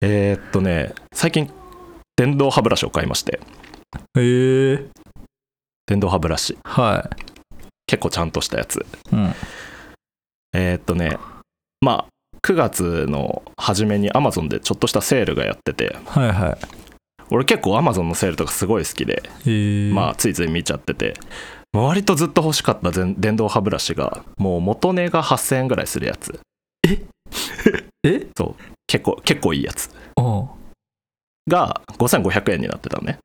えーっとね、最近、電動歯ブラシを買いまして、ええ電動歯ブラシ、は結構ちゃんとしたやつ。い。うん。えーっとね、まあ、9月の初めに Amazon でちょっとしたセールがやってて、はいは俺結構 Amazon のセールとかすごい好きで、い。ええまあ、ついつい見ちゃってて、まあ割とずっと欲しかった全電動歯ブラシが、もう元値が8000円ぐらいするやつ。え結構、結構いいやつ。おうが5500円になってたのね。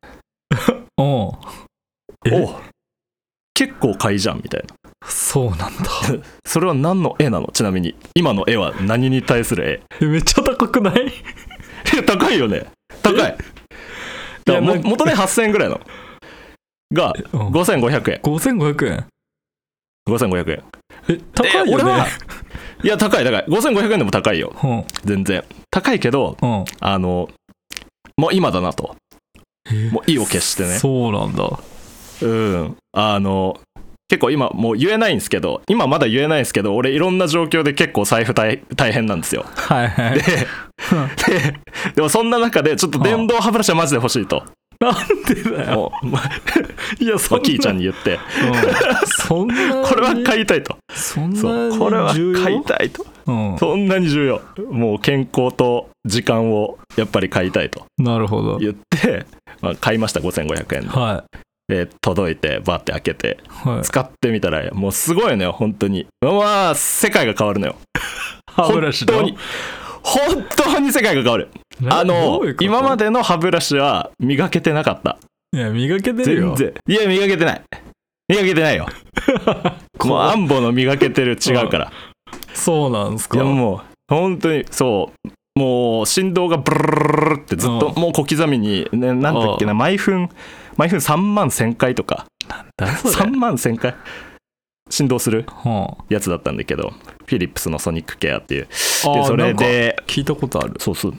おうえお結構買いじゃんみたいな。そうなんだ。それは何の絵なのちなみに。今の絵は何に対するえめっちゃ高くない絵 いや高いよね。高い。だからもなんか元ね8000円ぐらいなの。がうん5500円。 5500円。 5500円。え、高いよね。で俺はいや、高い高い。5500円でも高いよ。うん。全然。高いけど、うん。あの、もう今だなと。もう意を決してね。そうなんだ。うん。あの、結構今もう言えないんですけど、今まだ言えないんですけど、俺いろんな状況で結構財布大大変なんです よ。はいはで、い。で、でもそんな中でちょっと電動歯ブラシはマジで欲しいと。なんでだよ。もう、まあ、いや、そんな。キーちゃんに言って、うんそんな。これは買いたいと。そんなそう、にこれは重要買いたいと。うん。そんなに重要。もう健康と時間をやっぱり買いたいとなるほど。言って、まあ、買いました、5500円はで。で、届いて、バーって開けて、い。はい。使ってみたら、もうすごいのよ、本当に。うわー、世界が変わるのよ。歯ブラシの本当に。本当に世界が変わる。あの、今まで。での歯ブラシは磨けてなかった。いや、磨けてるよ全。然。いや、磨けてない。磨けてないよ。もう、アンボの磨けてる違うから。そうなんですいか。や、もう、本当に、そう。もう振動がブルルルルってずっとうもう小刻みに、ね、なんだっけな毎分毎分3万1000回とかだそれ3万1000回振動するうんやつだったんだけどフィリップスのソニックケアっていうあでーそれでなんか聞いたことあるそうそう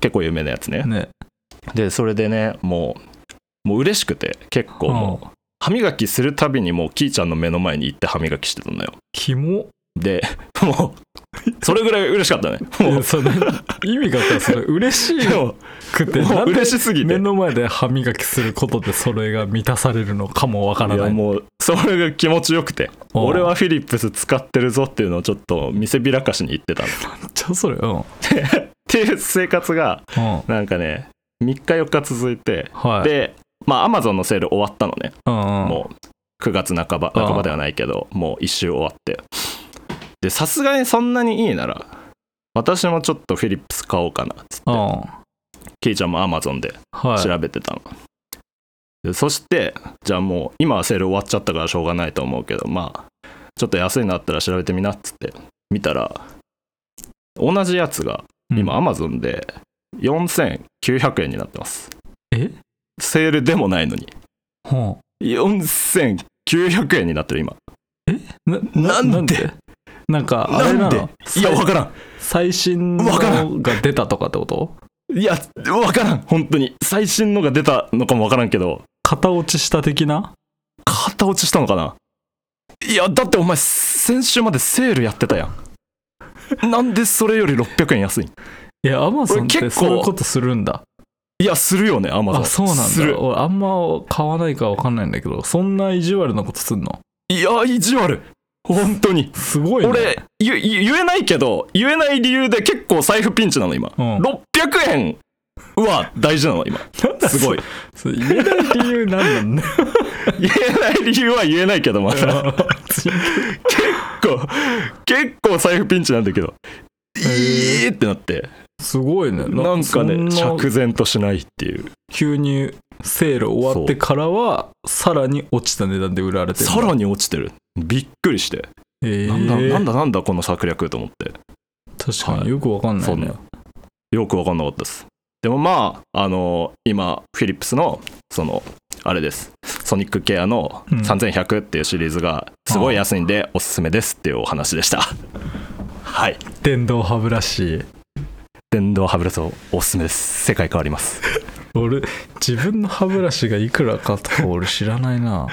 結構有名なやつねねでそれでねもうもう嬉しくて結構もう、歯磨きするたびにもうキーちゃんの目の前に行って歯磨きしてたのよキモでもうそれぐらい嬉しかったねいもやうそれ意味がわかんないそれ嬉しいでもくてもなうんで嬉しすぎて目の前で歯磨きすることでそれが満たされるのかもわからいなやいもうそれが気持ちよくてうん俺はフィリップス使ってるぞっていうのをちょっと見せびらかしに言って たのっじゃあそれうんうんていう生活がはなんかね3日4日続いていでまあアマゾンのセール終わったのねうんうんもう9月半ば半ばではないけど、もう一周終わってでさすがにそんなにいいなら私もちょっとフィリップス買おうかなっつってうんケイちゃんもアマゾンではい調べてたの、でそしてじゃあもう今はセール終わっちゃったからしょうがないと思うけどまあちょっと安いのあったら調べてみなっつって見たら同じやつが今アマゾンで4900円になってますえセールでもないのにうん4900円になってる今ななんでなんかあれななんでのいや、わから最新のわからが出たとかってことん。いや、わからん。本当に。最新のが出たのかもわからんけど、型落ちした的な片落ちしたのかないや、だってお前、先週までセールやってたや ん。なんでそれより600円安いんいやアマゾンっ俺て結構そういうことするんだいや、するよね、アマゾン。あそうなんだする。俺あんま買わないから分かんないんだけどそんな意地悪なことすんのいや、意地悪。本当に。すごいね俺、ゆゆ言えないけど、言えない理由で結構財布ピンチなの、今。うん600円は大事なの、今。すごい。 それ言えない理由なんなんだ言えない理由は言えないけど、まだ。 結構結構財布ピンチなんだけどいへーってなってすごいねなんかねそんな釈然としないっていう急にセール終わってからはさらに落ちた値段で売られてるさらに、に落ちてるびっくりして、えー、なんだなんだだなんだこの策略と思って確かによく分かんないね、はいよく分かんなかったですでもまああの今フィリップスのそのあれですソニックケアのうん3100っていうシリーズがすごい安いんでおすすめですっていうお話でした はい電動歯ブラシ電動歯ブラシをおすすめです世界変わります俺自分の歯ブラシがいくらかとか俺知らないな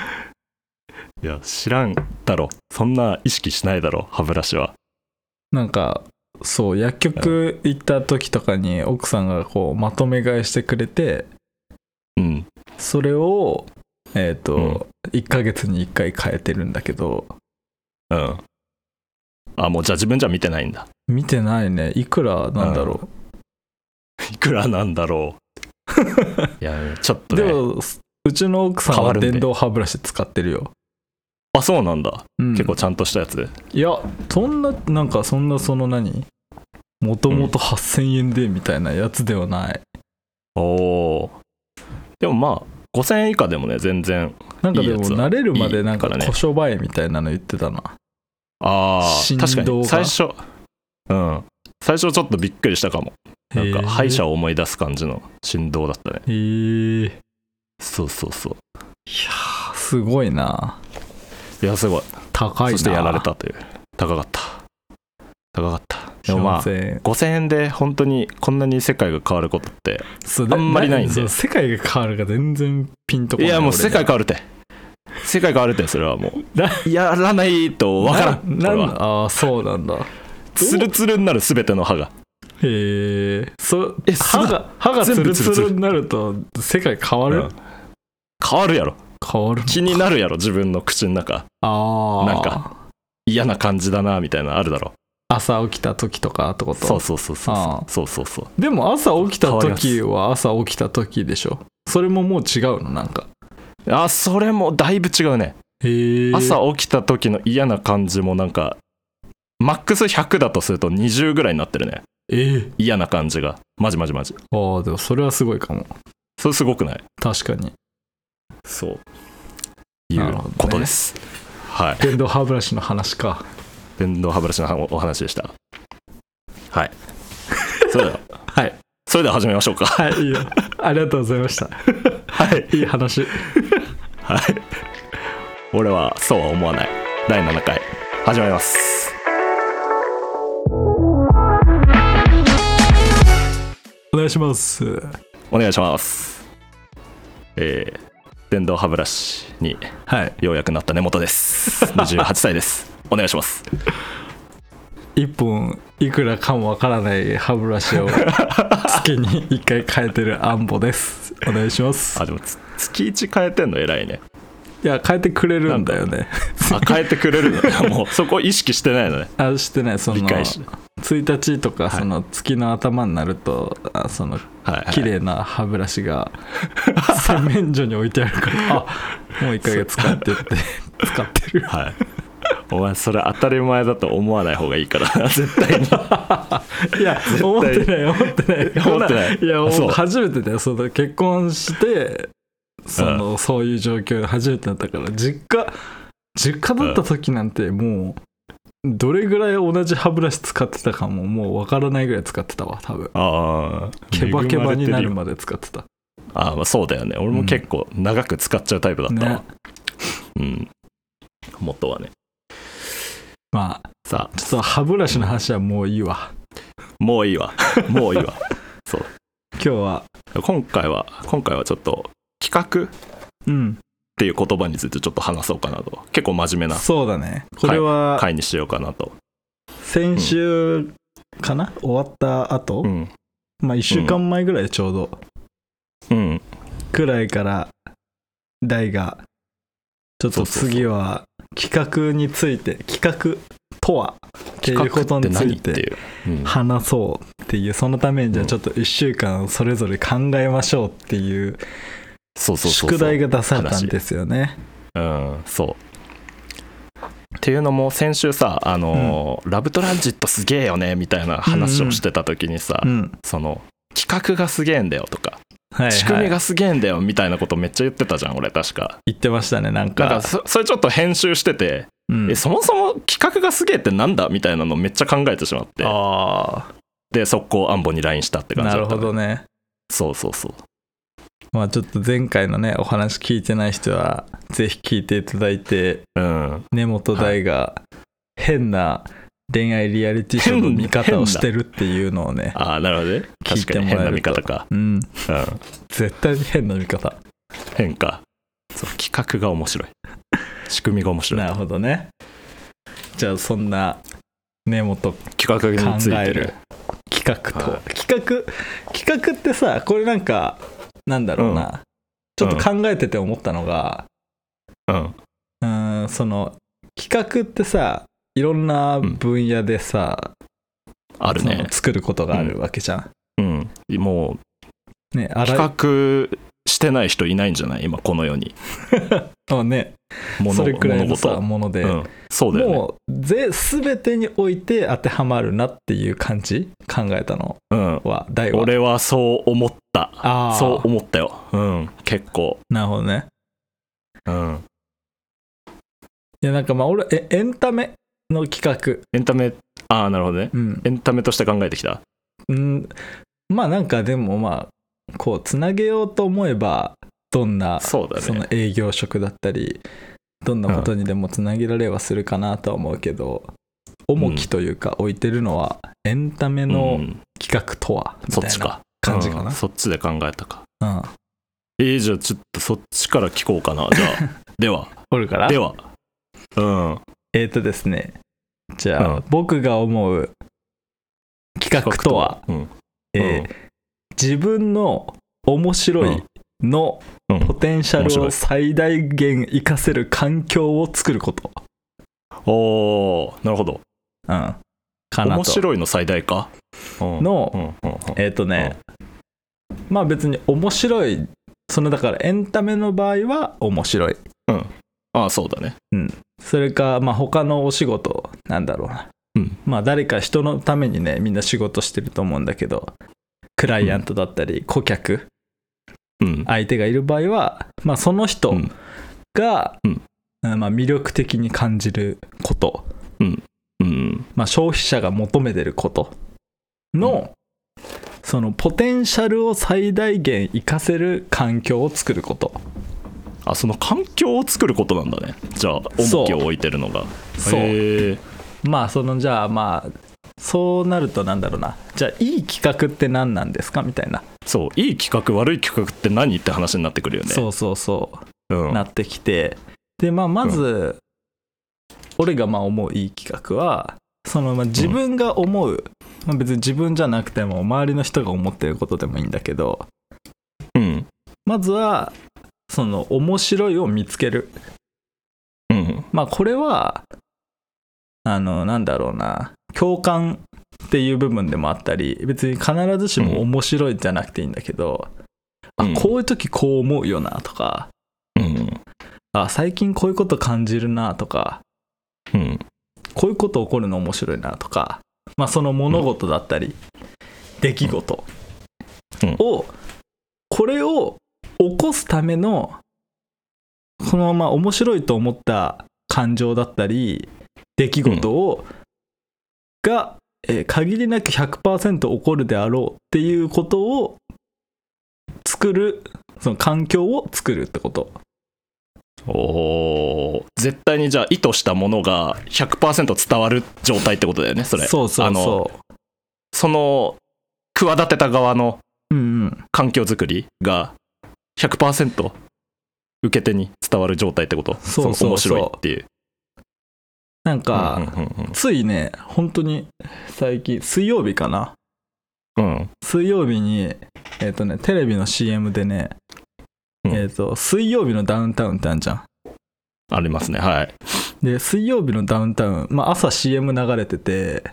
いや知らんだろそんな意識しないだろ歯ブラシはなんかそう薬局行った時とかに奥さんがこうまとめ買いしてくれてうんそれをえっ、と、1ヶ月に1回変えてるんだけどうんあもうじゃあ自分じゃ見てないんだ見てないねいくらなんだろいくらなんだろういやちょっう、とね でもうちの奥さん変わはるんで電動歯ブラシ使ってるよ、あそうなんだ、うん結構ちゃんとしたやつでいやそんななんかそんなその何もともと8000円でみたいなやつではない、おおでもまあ5000円以下でもね全然なんかでいいもやつは慣れるまでなんかいいからね小商売みたいなの言ってたなああ振動確かにが最初うん最初ちょっとびっくりしたかもなんか歯医者をを思い出す感じの振動だったねへえいやそうそうそうーすごいないやすごい高いなそしてやられたという高かった高かったでもまあ4000円5000円で本当にこんなに世界が変わることってそうあんまりないんでそう世界が変わるか全然ピンとこいないやもう世界が変わるって世界変わるってそれはもなうやらないとわからんなこれなはんああそうなんだツルツルになる全ての歯がへえそえ歯が歯がツ全部ルツルツルツルになると世界変わる、うん変わるやろ変わる気になるやろ自分の口の中ああなんか嫌な感じだなみたいなのあるだろ朝起きた時とかってことそうそうそうそうああそうそうそうでも朝起きた変わります時は朝起きた時でしょそれももう違うのなんかあそれもだいぶ違うね、へえ朝起きた時の嫌な感じもなんかマックス100だとすると20ぐらいになってるねええ嫌な感じがマジマジマジああでもそれはすごいかもそれすごくない確かにそういなるうほどねことです、はい電動歯ブラシの話か電動歯ブラシのおお話でした はいそれでははいそれでは始めましょうかはいいいよありがとうございましたはい いい話はい俺はそうは思わない第7回始まりますお願いしますお願いしますえー、電動歯ブラシにはいようやくなった根本です28歳ですお願いします一本いくらかもわからない歯ブラシ を月に一回変えてるアンボですお願いしますあでもつ月1変えてんの偉いねいや変えてくれるんだよねあ変えてくれるのねもうそこ意識してないのねあしてないその理解し1日とかはいその月の頭になると、あそのはい、はい、綺麗な歯ブラシが洗面所に置いてあるから あもう1ヶ月使ってって 使ってるはいお前それ当たり前だと思わない方がいいからな絶対にい や思ってない思ってない思ってないやもうそう初めてだよその結婚してその、そういう状況で初めてだったから実家実家だった時なんてもうどれぐらい同じ歯ブラシ使ってたかももう分からないぐらい使ってたわ多分ああケバケバになるまで使ってたあーまあそうだよね俺も結構長く使っちゃうタイプだったわねうん元はねまあさちょっと歯ブラシの話はもういいわあもういいわ もういいわ今日は今回は今回はちょっと企画っうんていう言葉についてちょっと話そうかなと結構真面目なそうだねこれは回にしようかなと先週かな、終わった後、うんまあ1週間前ぐらいちょうどうんくらいから大がちょっと次は企画について企画とはっていうことにつ企画って何いってていう、うん話そうっていうそのためにじゃあうんちょっと1週間それぞれ考えましょうっていうそうそうそうそう宿題が出されたんですよねうんそう。っていうのも先週さ、あのーラブトランジットすげえよねみたいな話をしてた時にさ、うんその企画がすげえんだよとか、はい仕組はみいがすげえんだよみたいなことめっちゃ言ってたじゃん俺確か。言ってましたねなんなんかかそそれちょっと編集してて、うんえそもそも企画がすげえってなんだみたいなのめっちゃ考えてしまってあで速攻アンボに LINE したってあ感じなだるったほどねそうそうそうまあちょっと前回のねお話聞いてない人はぜひ聞いていただいてうん根本大が変な恋愛リアリティショーの見方をしてるっていうのをねああなるほどね聞い確てかもにらえる変とな見方か、うんうん、絶対に変な見方変かそう企画 が面白い仕組みが面白いなるほどねじゃあそんな根本考企画についえてるる企画と、は企画企画ってさこれなんかなんだろうな、ちょっと考えてて思ったのが、うんうーん、その企画ってさいろんな分野でさ、あるそねの作ることがあるわけじゃん、うんもねあうら企画してない人いないんじゃない今この世に あね物それくらいのさ物もので、事、うん、そうだよねもうぜ全てにおいて当てはまるなっていう感じ考えたのうんは大は俺はそう思ったああそう思ったようん結構なるほどねうんいやなんかまあ俺えエンタメの企エンタメああなるほどね画うん、エンタメとして考えてきたうん、まあなんかでもまあこうつなげようと思えばどんなそうだそねの営業職だったりどんなことにでもつなげられはするかなとは思うけど、重きというか置いてるのはエンタメうのん企画とはみそたっいちなか感じかう、なんそっちで考えたかうん、えー、じゃあちょっとそっちから聞こうか なじゃあではおるからではうんえーとですねじゃあ、うん僕が思う企画とは、うんえーうん自分の面白いのうんポテンシャ面ル白をい最大限活かせる環境を作ること、おーなるほどうん、かな面と白いの最大化うんの、うんうんうんえっ、とね、まあ別に面白いそのだからエンタメの場合は面白いああそうだねそれかまあ他のお仕事なんだろうな、うんまあ誰か人のためにねみんな仕事してると思うんだけどクライアントだったり顧客、うん相手がいる場合は、まあ、その人うんが、うんうんまあ、魅力的に感じること、うんまあ、消費者が求めてることの、そのポテンシャルを最大限活かせる環境を作ることあその環境を作ることなんだねじゃあそう重きを置いてるのがそうへーまあそのじゃあまあそうなるとなんだろうなじゃあいい企画って何なんですかみたいな、そういい企画悪い企画って何って話になってくるよねそうそうそうう、ん、なってきてでまあまず、俺がまあ思ういい企画はそのまあ自分が思う、まあ、別に自分じゃなくても周りの人が思ってることでもいいんだけどうんまずはその面白いを見つけるうんまあこれはあのなんだろうな共感っていう部分でもあったり別に必ずしも面白いじゃなくていいんだけど、うんあこういう時こう思うよなとかうんあ最近こういうこと感じるなとかうんこういうこと起こるの面白いなとか、まあ、その物事だったり、出来事うんを、これを起こすためのこのまま面白いと思った感情だったり出来事を、が、えー限りなく100%起こるであろうっていうことを作るその環境を作るってことおー絶対にじゃあ意図したものが100%伝わる状態ってことだよねそれそうそあうのそその企てた側のううんうん環境づくりが100%受け手に伝わる状態ってことそうそうそうの面白いっていうなんか、うんうんついね本当に最近水曜日かなうんうん水曜日にえっ、とねテレビの CM でね、うんえっ、と水曜日のダウンタウンってあるじゃんありますねはいで水曜日のダウンタウンまあ朝 CM 流れてて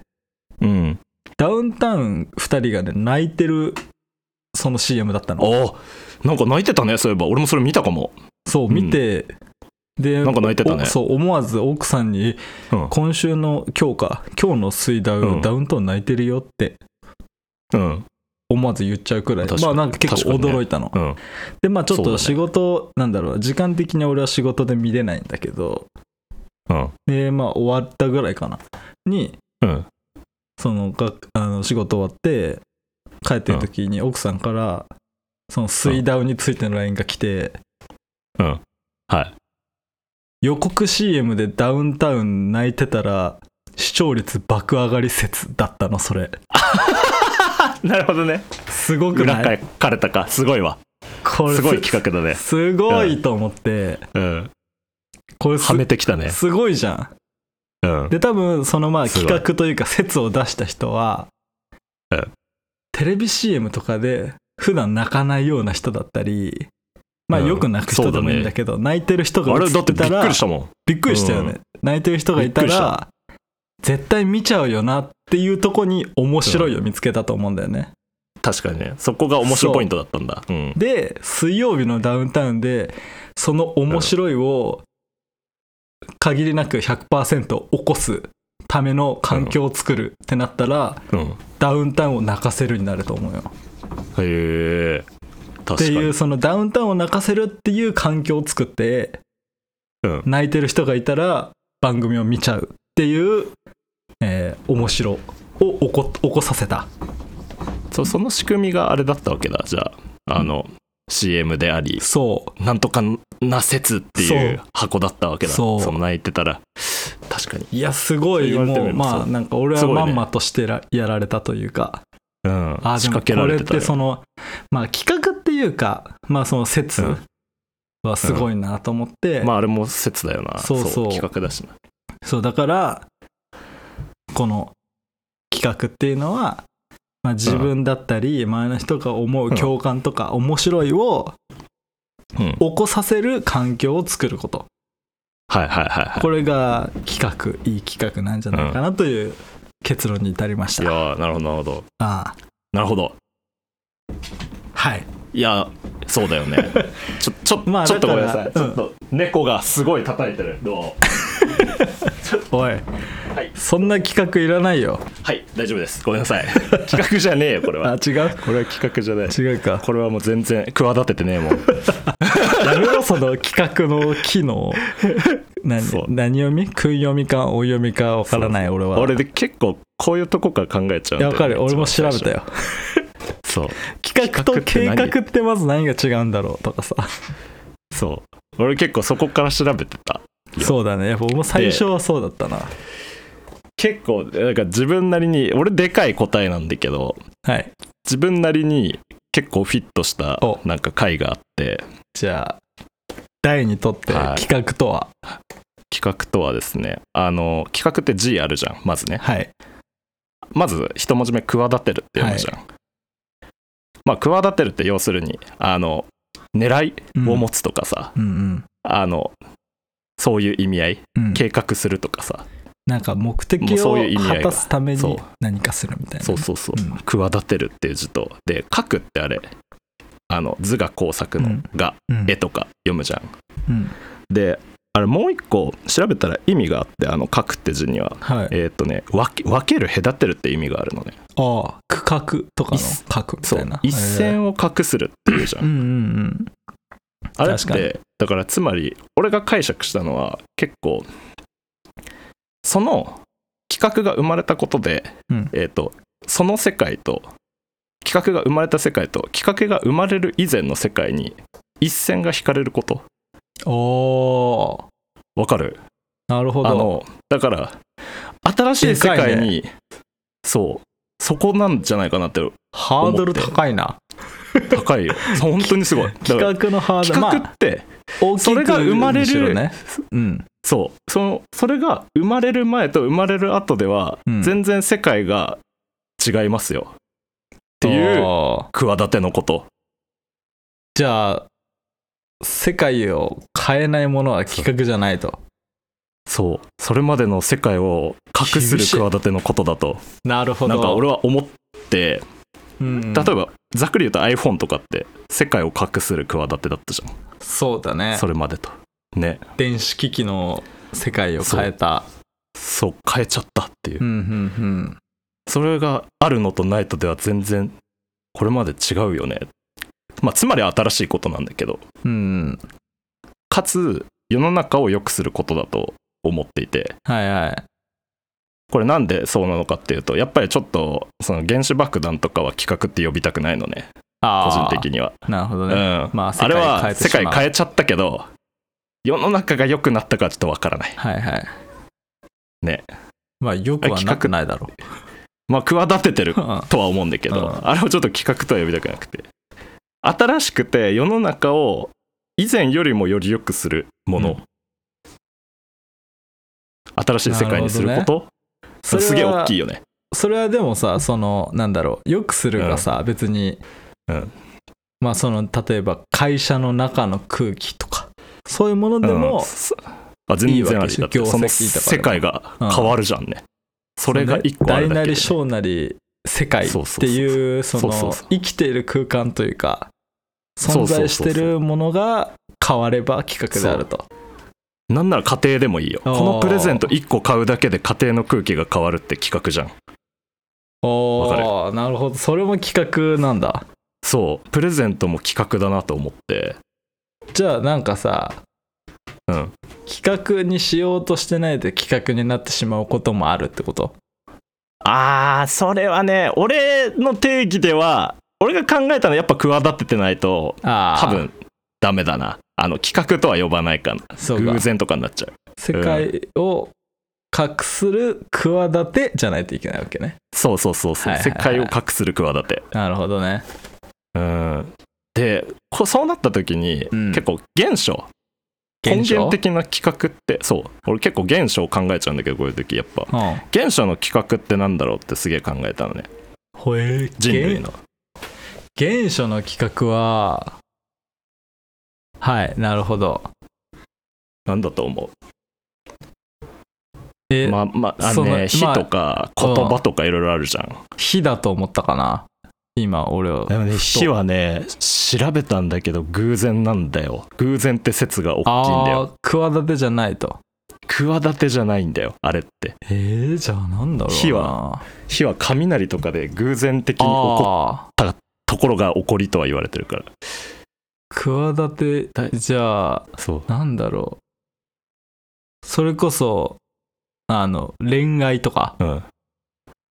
うんダウンタウン2人がね泣いてるその CM だったのあなんか泣いてたねそういえば俺もそれ見たかもそう見て、でなんか泣いてたねおそう思わず奥さんにうん今週の今日か今日の水ダウ、うんダウンタウン泣いてるよってうん思わず言っちゃうくらい確かまあになんか結構確かにね驚いたの、うんでまあちょっそうだとね仕事、なんだろう時間的に俺は仕事で見れないんだけどうんでまあ終わったぐらいかなにうんそのがあの仕事終わって帰ってる時に奥さんからその水ダウについての LINE が来て、うんはい予告 CM でダウンタウン泣いてたら視聴率爆上がり説だったのそれなるほどねすごく裏ないかれたかすごいわこれすごい企画だねすごいと思ってうんこれすはめてきたねすごいじゃんうんで多分そのまあすごい企画というか説を出した人はうんテレビ CM とかで普段泣かないような人だったりまあうんよく泣く人でもいいんだけど泣いてる人があれ映だっててびたっらくりしたもんびっくりしたよね、う泣いてる人がいたびっくりしら絶対見ちゃうよなっていうとこに面白いを見つけたと思うんだよね、確かにねそこが面白いポイントだったんだうんで水曜日のダウンタウンでその面白いを限りなく100%起こすための環境を作るってなったら、うんへダウンタウンを泣かせるになると思うよえ確っかてにいうそのダウンタウンを泣かせるっていう環境を作ってうん泣いてる人がいたら番組を見ちゃうっていう、えー面白を起こ起こさせたそうその仕組みがあれだったわけだじゃああの、CM でありそなんとかな説っていうそ箱だったわけだそうの泣いてたら確かにういやすごいそう言われてもみれうばまそあうなんか俺はすごいまねんまとしてらやられたというかうんあ仕ーで掛もけらこれれってたてよそのまあ企画っていうかまあその説うんはすごいなと思って、まああれも説だよなそうそう企画だしなそうだからこの企画っていうのは、まあ、自分だったり周りの人が思ううん共感とか面白いをうん起こさせる環境を作ることはいはいはいはいこれが企画いい企画なんじゃないかなという結論に至りまいした、やあーなるほどなるほどあなるほどはいいやそうだよ ねちょちょ,、まあちょっとだごかめんらなさい、うんちょっと猫がすごい叩いてるどうおい、いそんな企画いらないよはい大丈夫ですごめんな さい企画じゃねえよこれはあ違うこれは企画じゃない違うかこれはもう全然企ててねえもんやめろその企画の機能何そう何読み訓読みか音読みかわからない 俺は俺で結構こういうとこから考えちゃうんだいやよわねかる俺も調べたよそう企画と企計画って何画ってまず何が違うんだろうとかさそう俺結構そこから調べてたやそうだねやっぱ俺も最初はそうだったな結構なんか自分なりに俺でかい答えなんだけどはい自分なりに結構フィットしたおなんか回があってじゃあ第にとってはい企画とは企画とはですねあの企画って G あるじゃんまずねはいまず一文字目企てるって読むじゃん、まあ企てるって要するにあの狙いを持つとかさ、うんうんあのそういう意味合いうん計画するとかさ、なんか目的もうをそういう意味合果いがたすためそにう何かするみたいなそうそうそう、うん企てるっていう字とで書くってあれあの図画工作うのんがうん絵とか読むじゃん、うんであれもう一個調べたら意味があってあの書くって字にははいえーっ、とね分け分ける隔てるって意味があるのねああ区画とかの一線書くみそたいうな一え線を画するっていうじゃーうんん、うんあれっ確かてだからつまり俺が解釈したのは結構その企画が生まれたことで、うんえーっ、とその世界と企画が生まれた世界と企画が生まれる以前の世界に一線が引かれることうんおーわかるなるほあどのだから新しい世で界かいに、そうそこなんじゃないかなってハードル思って高いな高いよそう本当にすごいだから 企画のハードルま企あ画って、大きそれくが生まれるにしろねうんそうそのそれが生まれる前と生まれる後では、うん全然世界が違いますよっていうあー企てのことじゃあ世界を変えないものは企画じゃないとそうそれまでの世界を隠する厳しい企てのことだとなるほなんか俺は思ってうん、例えばざっくり言うと iPhone とかって世界を隠する企てだったじゃんそうだねそれまでとね電子機器の世界を変えたそう変えちゃったっていう、うんうんうんそれがあるのとないとでは全然これまで違うよねまあつまり新しいことなんだけどうんうんかつ世の中を良くすることだと思っていてはいはいこれなんでそうなのかっていうとやっぱりちょっとその原子爆弾とかは企画って呼びたくないのね個あ人あ的には、になるほどうね、んまあ世あれ界変えはて世し界まう変えちゃったけど世の中が良くなったかはちょっとわからないはいはいねまあよくはなくないだろまあ企てて るううんとは思うんだけど、うんあれをちょっと企画とは呼びたくなくて新しくて世の中を以前よりもより良くするもの、うん新しい世界にすること、それはすげえ大きいよね。それはでもさそのなんだろうよくするがさ、別に、うんまあその例えば会社の中の空気とかそういうものでうんも、そあ全然ありだっいいてわけその業績とかでも世界が変わるじゃんね。それが一個ある大なだけりで小なり世界っていうそそうそうそうそうそうそうそのう生きている空間というかそ存うそうそうそう在してるものが変われば企画であるとなんなら家庭でもいいよ。こあーのプレゼント1個買うだけで家庭の空気が変わるって企画じゃん。おわーなるほどそれも企画なんだそう、プレゼントも企画だなと思って。じゃあなんかさうん。企画にしようとしてないで企画になってしまうこともあるってことあー、それはね、俺の定義では、俺が考えたのはやっぱ企ててないと、ああ多分ダメだな。あの、企画とは呼ばないかな。そうか偶然とかになっちゃう。世界を隠する企てじゃないといけないわけねそうそうそうそう。はいはいは世い界を隠する企て。なるほどねうん。で、こそうなった時に、うん結構現象、根現象源的な企画って、そう、俺結構現象を考えちゃうんだけど、こういう時やっぱ。うん現象の企画ってなんだろうってすげえ考えたのねほえ人類の原初の企画ははいなるほどなんだと思え、うまあまああそののまねあ火とか言葉とかいろいろあるじゃん火だと思ったかな今俺をでもねふと火はね調べたんだけど偶然なんだよ偶然って説が大きいんだあよあ企てじゃないと企てじゃないんだよあれってえー、じゃあなんだろうな火は火は雷とかで偶然的に起こっああところが起こりとは言われてるから企てじゃあそうなんだろうそれこそあの恋愛とかうん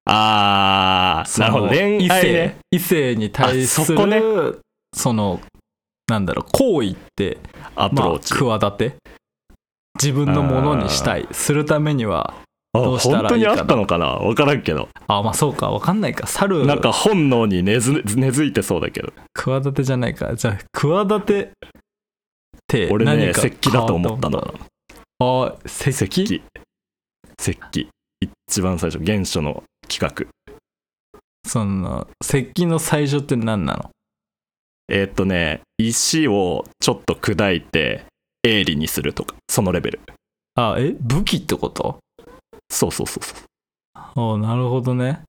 あーなるほどその恋愛ね異性異性に対すあそこるねそのなんだろう行為ってアプまローあチ、企て自分のものにしたいするためにはあどうしたらい本いかな当にあったのかな分からんけどあまあそうかわかんないか猿なんか本能に根付根付いてそうだけど企てじゃないかじゃあ企てって俺ね何か石器だと思ったの変わったものあー石石器器石器一番最初原初の企画その石器の最初って何なのえーっとね石をちょっと砕いて鋭利にするとかそのレベルあえ武器ってことそうそうそうそうおなるほどね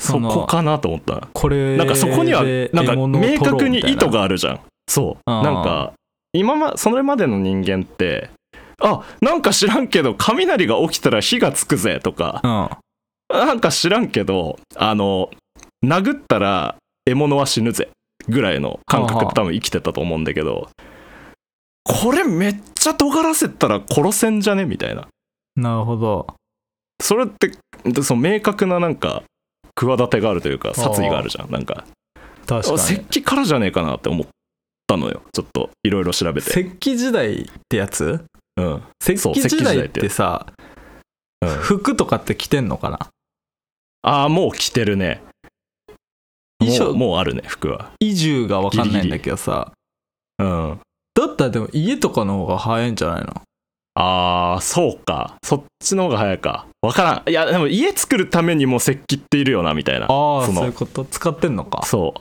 そこかなと思ったなこれなんかそこにはでなんか獲物を取明ろう確にみたい意な図があるじゃんそうあなーんか今まそれまでの人間ってあなんか知らんけど雷が起きたら火がつくぜとかうんなんか知らんけど、あの、殴ったら獲物は死ぬぜぐらいの感覚はあはであ多分生きてたと思うんだけど、これめっちゃ尖らせたら殺せんじゃねみたいな。なるほどそれって、でその明確ななんか、企てがあるというか、あ殺意があるじゃん。なんか、確かあ石に器からじゃねえかなって思ったのよ。ちょっといろいろ調べて。石器時代ってやつうん。石そう器石器時時代代っっててさうん服とかって着てんのかなああ、もう着てるね。衣も装うもうあるね、服は。移住が分かんないんだけどさうん。だったらでも家とかの方が早いんじゃないのあーそうかそっちの方が早いかわからんいやでも家作るためにも石器っているよなみたいなああそのそういうこと使ってんのかそう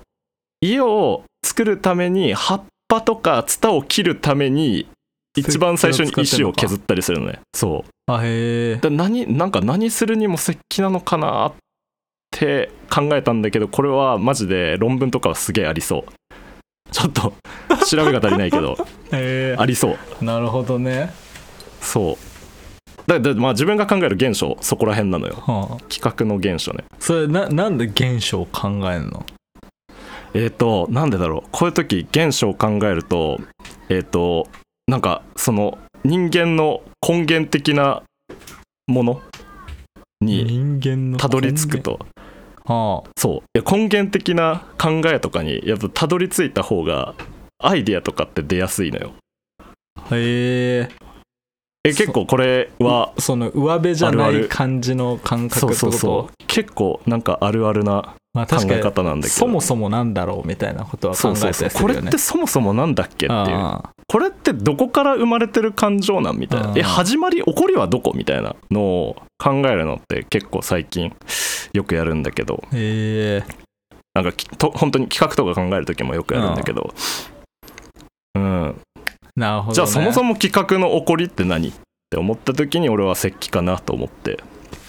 家を作るために葉っぱとかツタを切るために一番最初に石を削ったりするのねそうあへえだ何なんか何するにも石器なのかなって考えたんだけどこれはマジで論文とかはすげえありそうちょっと調べが足りないけどへありそうえなるほどねそうだだまあ自分が考える現象そこら辺なのよはあ企画の現象ねそれななんで現象を考えるのえっ、となんでだろうこういう時現象を考えるとえっ、となんかその人間の根源的なものに人間のたどり着くとはあそういや根源的な考えとかにやっぱたどり着いた方がアイディアとかって出やすいのよへええそう結構これはその上辺じゃあなるあいる感じの感覚ってそこうとそうそう結構なんかあるあるなまあ考確かえに方なんだけどそもそもなんだろうみたいなことは考そえうたそうりすそるうよこれっねてそもそもなんだっけっていうああこれってどこから生まれてる感情なんみたいなあーえ始まり起こりはどこみたいなのを考えるのって結構最近よくやるんだけどええなんかきと本当に企画とか考える時もよくやるんだけどうんなるほど、ね、じゃあそもそもも企画の起こりって何って思った時に俺は石器かなと思って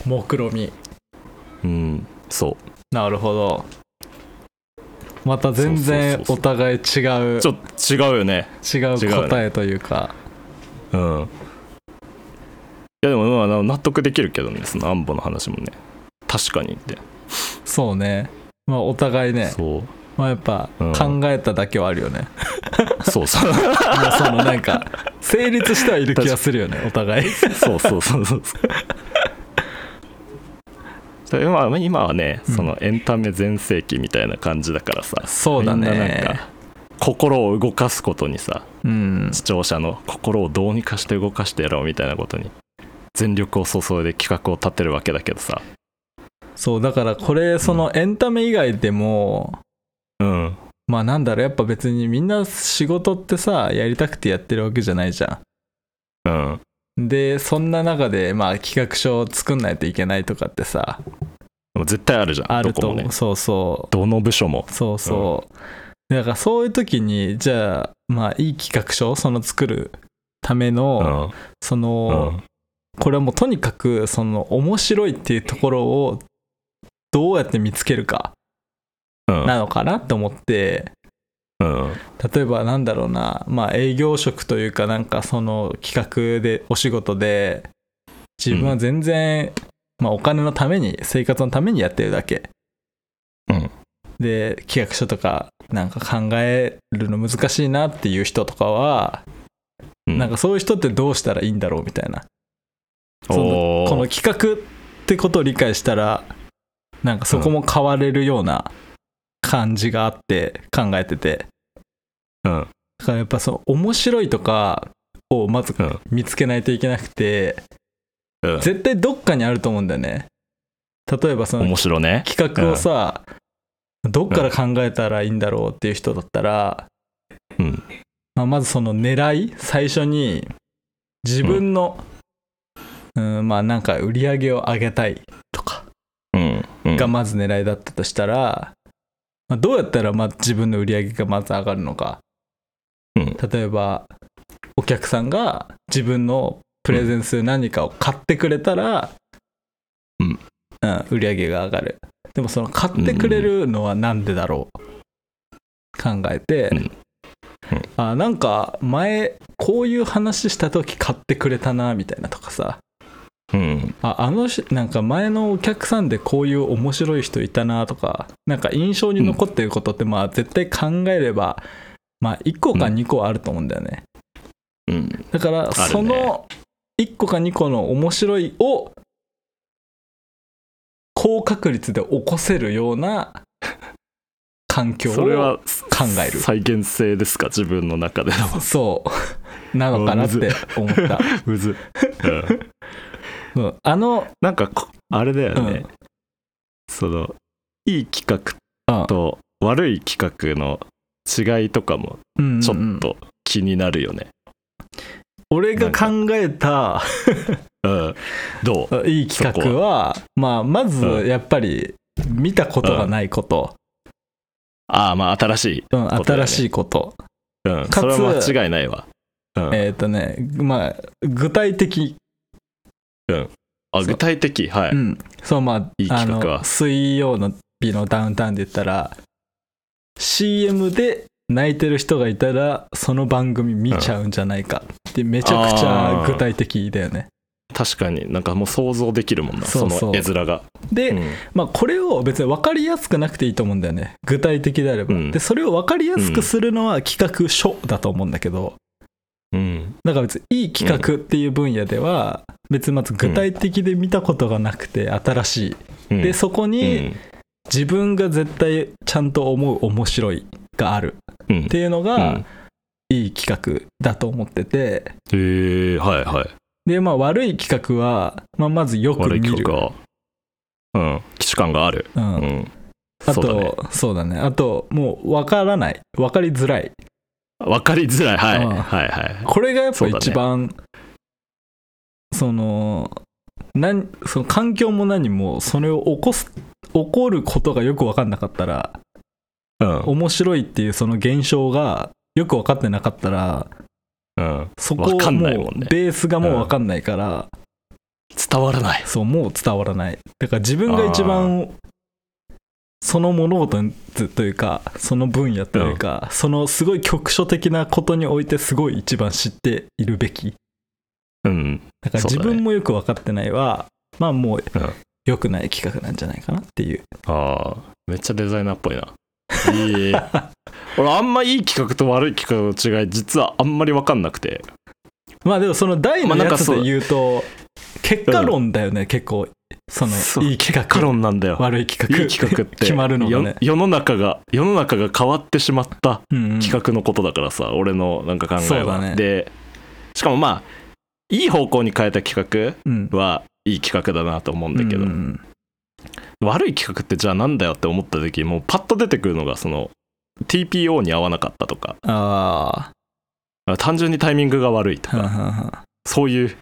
目論みうんそなるほどまた全然そうそうそうそうお互い違ううちょっと違うよね違違ううね答えというかうんいやでもまあ納得できるけどねそのアンボの話もね確かにって、そうねまあお互いねそうまあやっぱうん考えただけはあるよね、そうそうまあそのなんか成立してはいる気がするよねお 互いそうそうそうそうそうでまあ今はね、うんそのエンタメ全盛期みたいな感じだからさそうだねみんななんか心を動かすことにさうん視聴者の心をどうにかして動かしてやろうみたいなことに全力を注いで企画を立てるわけだけどさそうだからこれそのエンタメ以外でも、うんまあなんだろうやっぱ別にみんな仕事ってさやりたくてやってるわけじゃないじゃうんんでそんな中でまあ企画書を作んないといけないとかってさでも絶対あるじゃんあるどとこもねそうそどの部署もうそうそう、だからそういう時にじゃあまあいい企画書その作るためうんの、そうの、んこれはもうとにかくその面白いっていうところをどうやって見つけるかうんなのかなと思って、うん例えばなんだろうなまあ営業職というかなんかその企画でお仕事で自分は全然、まあ、お金のために生活のためにやってるだけ、うんで企画書とかなんか考えるの難しいなっていう人とかは、うんなんかそういう人ってどうしたらいいんだろうみたいなそのおーこの企画ってことを理解したらなんかそこも変われるような感じがあって考えてて。うんだからやっぱその面白いとかをまずうん見つけないといけなくて、うん絶対どっかにあると思うんだよね例えばその面白ね企画をさ、どっから考えたらいいんだろうっていう人だったら、うんまあ、まずその狙い最初に自分の、うんまあなんか売り上げを上げたいとかうんうんがまず狙いだったとしたら、まあ、どうやったらまあ自分の売り上げがまず上がるのかうん例えばお客さんが自分のプレゼンする何かを買ってくれたら、うんうん売り上げが上がるでもその買ってくれるのは何でだろう、考えて、うんうんあなんか前こういう話した時買ってくれたなみたいなとかさうんああのしなんか前のお客さんでこういう面白い人いたなとかなんか印象に残ってることってまあ絶対考えれば、まあ1個か2個はあると思うんだよね、うんだからねその1個か2個の面白いを高確率で起こせるような環境をそれは考える再現性ですか自分の中での そうなのかなって思った、むず、うん、うんあの、なんかこあれだよね、うんそのいい企うん画と悪い企画の違いとかもうんうんうんちょっと気になるよね、俺が考えたうんどういい企画はまあ、まずやっぱり見たことがないこと、ああまあ新しい、うんことだよね新しいことうん、かつそれは間違いないわ、うんえっ、とねまあ具体的あ具体的はい、うん、そうまあいい企画はあの水曜の日のダウンタウンで言ったら CM で泣いてる人がいたらその番組見ちゃうんじゃないかってめちゃくちゃ具体的だよね。確かになんかもう想像できるもんなそそうそうの絵面がで、うんまあこれを別に分かりやすくなくていいと思うんだよね具体的であれば。うんでそれを分かりやすくするのは企画書だと思うんだけどうんだから別にいい企画っていう分野では別にまず具体的で見たことがなくて新しい。うんでそこうに、ん自分が絶対ちゃんと思う面白いがあるうんっていううのんがいい企画だと思っててへえはいはいでまあ悪い企画は、まあ、まずよく悪い見企る、画はうん既視感があるう、うんんあとそうだねそうだねあともう分からない分かりづらい分かりづらい、はい、うんはいはいこれがやっそぱうだね一番そ,、のなんその環境も何もそれを起こす起こることがよく分かんなかったらうん面白いっていうその現象がよく分かってなかったらうん、そこ分かをんもうないもんねベースがもううん分かんないから、伝わらないそうもう伝わらないだから自分が一番その物事につというかその分野というか、そのすごい局所的なことにおいてすごい一番知っているべきうんだからそうだ自ね分もよく分かってないは、まあもううん良くない企画なんじゃないかなっていうああめっちゃデザイナーっぽいないい 俺あんまいい企画と悪い企画の違い実はあんまり分かんなくてまあでもその大のまあなんやかつそうで言うと結果論だよね、結構そそのういい企カ画ロンなんだよ悪い企画いい企画って決まるのがねよ、世の中が世の中が変わってしまったうんうん企画のことだからさ、俺のなんか考えそうは、だねでしかもまあいい方向に変えた企うん画はいい企画だなと思うんだけど、うんうん悪い企画ってじゃあなんだよって思った時もうパッと出てくるのがその TPO に合わなかったとかあ単純にタイミングが悪いとあはか、んはんはんそういう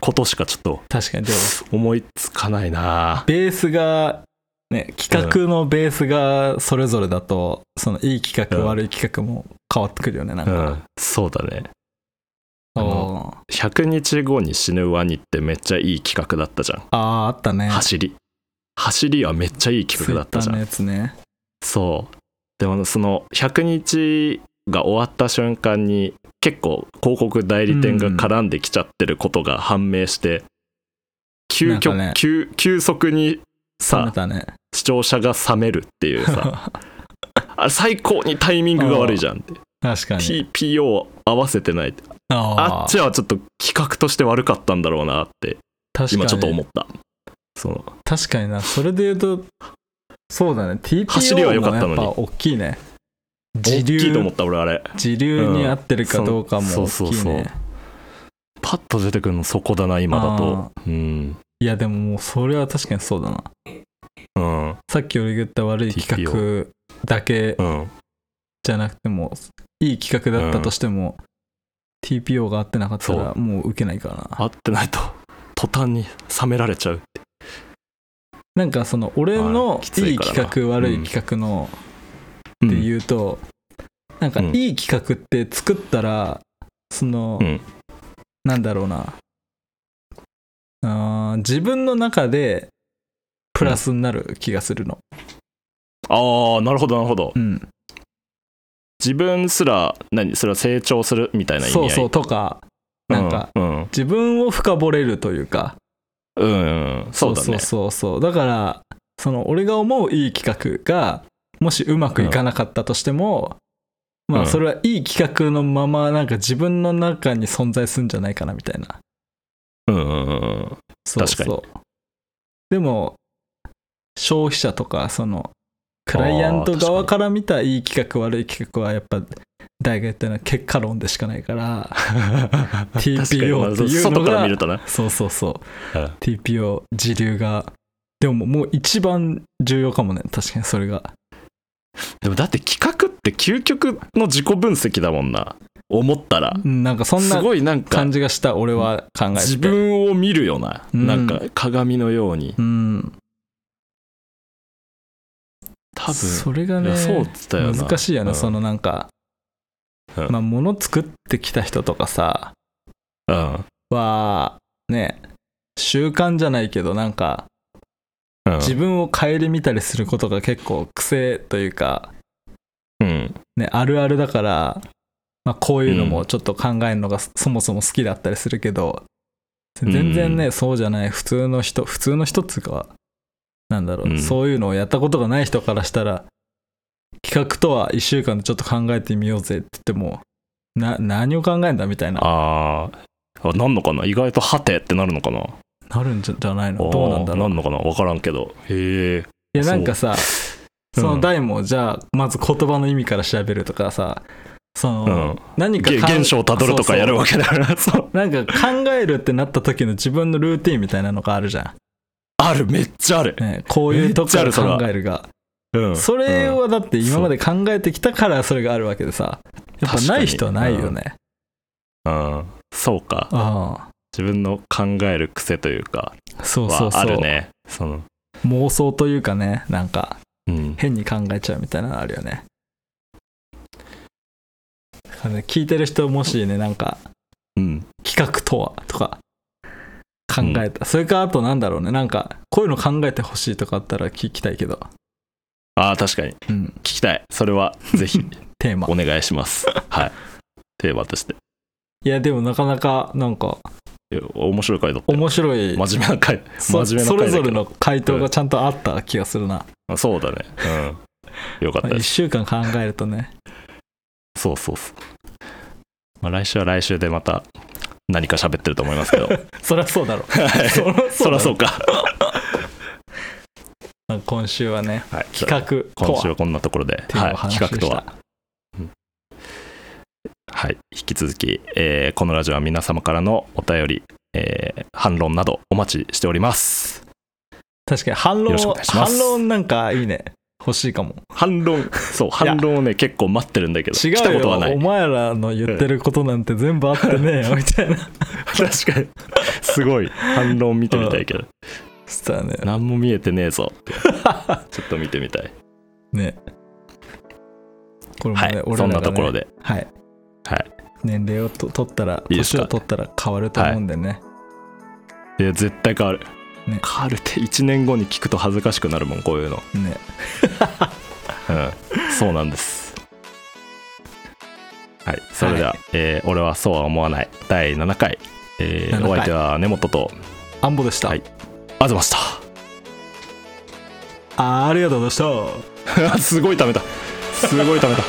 ことしかちょっと確かにでも思いつかないなベースが、ね、企画のベースがそれぞれだと、そのいい企画、うん悪い企画も変わってくるよねなんうか、んそうだねあうんー100日後に死ぬワニってめっちゃいい企画だったじゃんあーあったね走り走りはめっちゃいい企画だったじゃん、ツイッターのやつねそうでもその100日が終わった瞬間に結構広告代理店が絡んできちゃってることが判明して急なん遽、かね急急速に冷めさたね視聴者が冷めるっていう さあれ最高にタイミングが悪いじゃんって確かに TPO を合わせてないってああっちはちょっと企画として悪かったんだろうなって確かに今ちょっと思ったその確かになそれで言うとそうだね TPO 走りは良かったのにもやっぱ大きいね大自きいと思流った俺あれ自流に合ってるかどうかもうん大そきうそういそうねパッと出てくるのそこだな今だとあうんいやでももうそれは確かにそうだなうんさっき俺が言った悪い企画だけうんじゃなくてもいい企画だったとしても、TPO が合ってなかったらもう受けないからな合ってないと 途端に冷められちゃうなんかその俺はいのきついいいからな企画悪ういん企画のうってん言うと、なんかうんいい企画って作ったらその、うんなんだろうなあー自分の中でプラスになる気がするの、ああなるほどなるほどうん、自分すら何それは成長するみたいな意味合そいうそうとかなんかうん自分を深掘れるというかうんうんうんそうだそうねそうそうだからその俺が思ういい企画がもしうまくいかなかったとしても、まうあんそれはいい企画のままなんか自分の中に存在するんじゃないかなみたいなうんうんうんそうそう確かでも消費者とかそのクライアント側から見たいい企画悪い企画はやっぱ大が言ったような結果論でしかないから TPO 確かにまあっていうのが外から見るとねそうそうそううん TPO 自流がでももう一番重要かもね確かにそれがでもだって企画って究極の自己分析だもんな思ったらうんなんかそんすなごいなんか感じがした俺は考えてて自分を見るよな、うんなんか鏡のようにうん多分それがいねやそうだよな難しいよね、うんそのなんか、うんまあ物作ってきた人とかさうんはね習慣じゃないけどなんかうん自分を顧みたりすることが結構癖というか、うんね、あるあるだから、まあ、こういうのもちょっと考えるのがそもそも好きだったりするけど、ん全然ね、そうじゃない普通の人普通の人っつうかなんだろう、うんそういうのをやったことがない人からしたら企画とは1週間でちょっと考えてみようぜって言ってもな何を考えんだみたいなあーあなんのかな意外とハテってなるのかななるんじゃじゃないのどうなんだろあーなうんのかな分からんけどへえいやなんかさうその題もじゃあまず言葉の意味から調べるとかさその、うん何かげかん現象をたどるとそうそかうやるわけだから そうなんか考えるってなった時の自分のルーティンみたいなのがあるじゃあるめっちゃあるん。ね、こういうとこめっちゃあるそかられは考えるが。うんそれうんはだって今まで考えてきたからそれがあるわけでさやっぱ確かにない人はないよねうんそうかあ自分の考える癖というかあそうそうはそうあるねその妄想というかねなんかうん変に考えちゃうみたいなのあるよねだからね聞いてる人もしねなんかうん企画とはとか考えた、それかあとなんだろうねなんかこういうの考えてほしいとかあったら聞きたいけど、ああ確かにうん、聞きたいそれはぜひテーマお願いしますはいテーマとしていやでもなかなかなんかいや面白い回だったよ面白い真面目な回 そ真面目な回だけどそれぞれの回答がちゃんとあった気がするな、あそうだねうんよかった1です週間考えるとねそうそうそうまあ来週は来週でまた何か喋ってると思いますけどそりゃそうだろそりゃそうそだらろそうかなんか今週はねはい、企画と今は週はこんなところで、テーマはをい、話企しま画したとは、はい、引き続き、えーこのラジオは皆様からのお便り、えー反論などお待ちしております確かに反よ論ろしくお願いしま反す論なんかいいね欲しいかも反論そう反論をね結構待ってるんだけど違うよ来たことはないお前らの言ってることなんて全部あってねえよみたいな確かにすごい反論見てみたいけど、そしたらね何も見えてねえ ぞってちょっと見てみたい、ねこれもね、はい、俺そらが、んね、なところではい、はい年齢をと取ったらいいです年かを取ったら変わると思うんでねいや絶対変わる、ね変わるって1年後に聞くと恥ずかしくなるもんこういうのねうん、そうなんです。はい、それでは、はえー俺はそうは思わない第7回、えー7回お相手は根本とアンボでした、はいあずました。 あありがとうございましたすごいためた。すごいためた。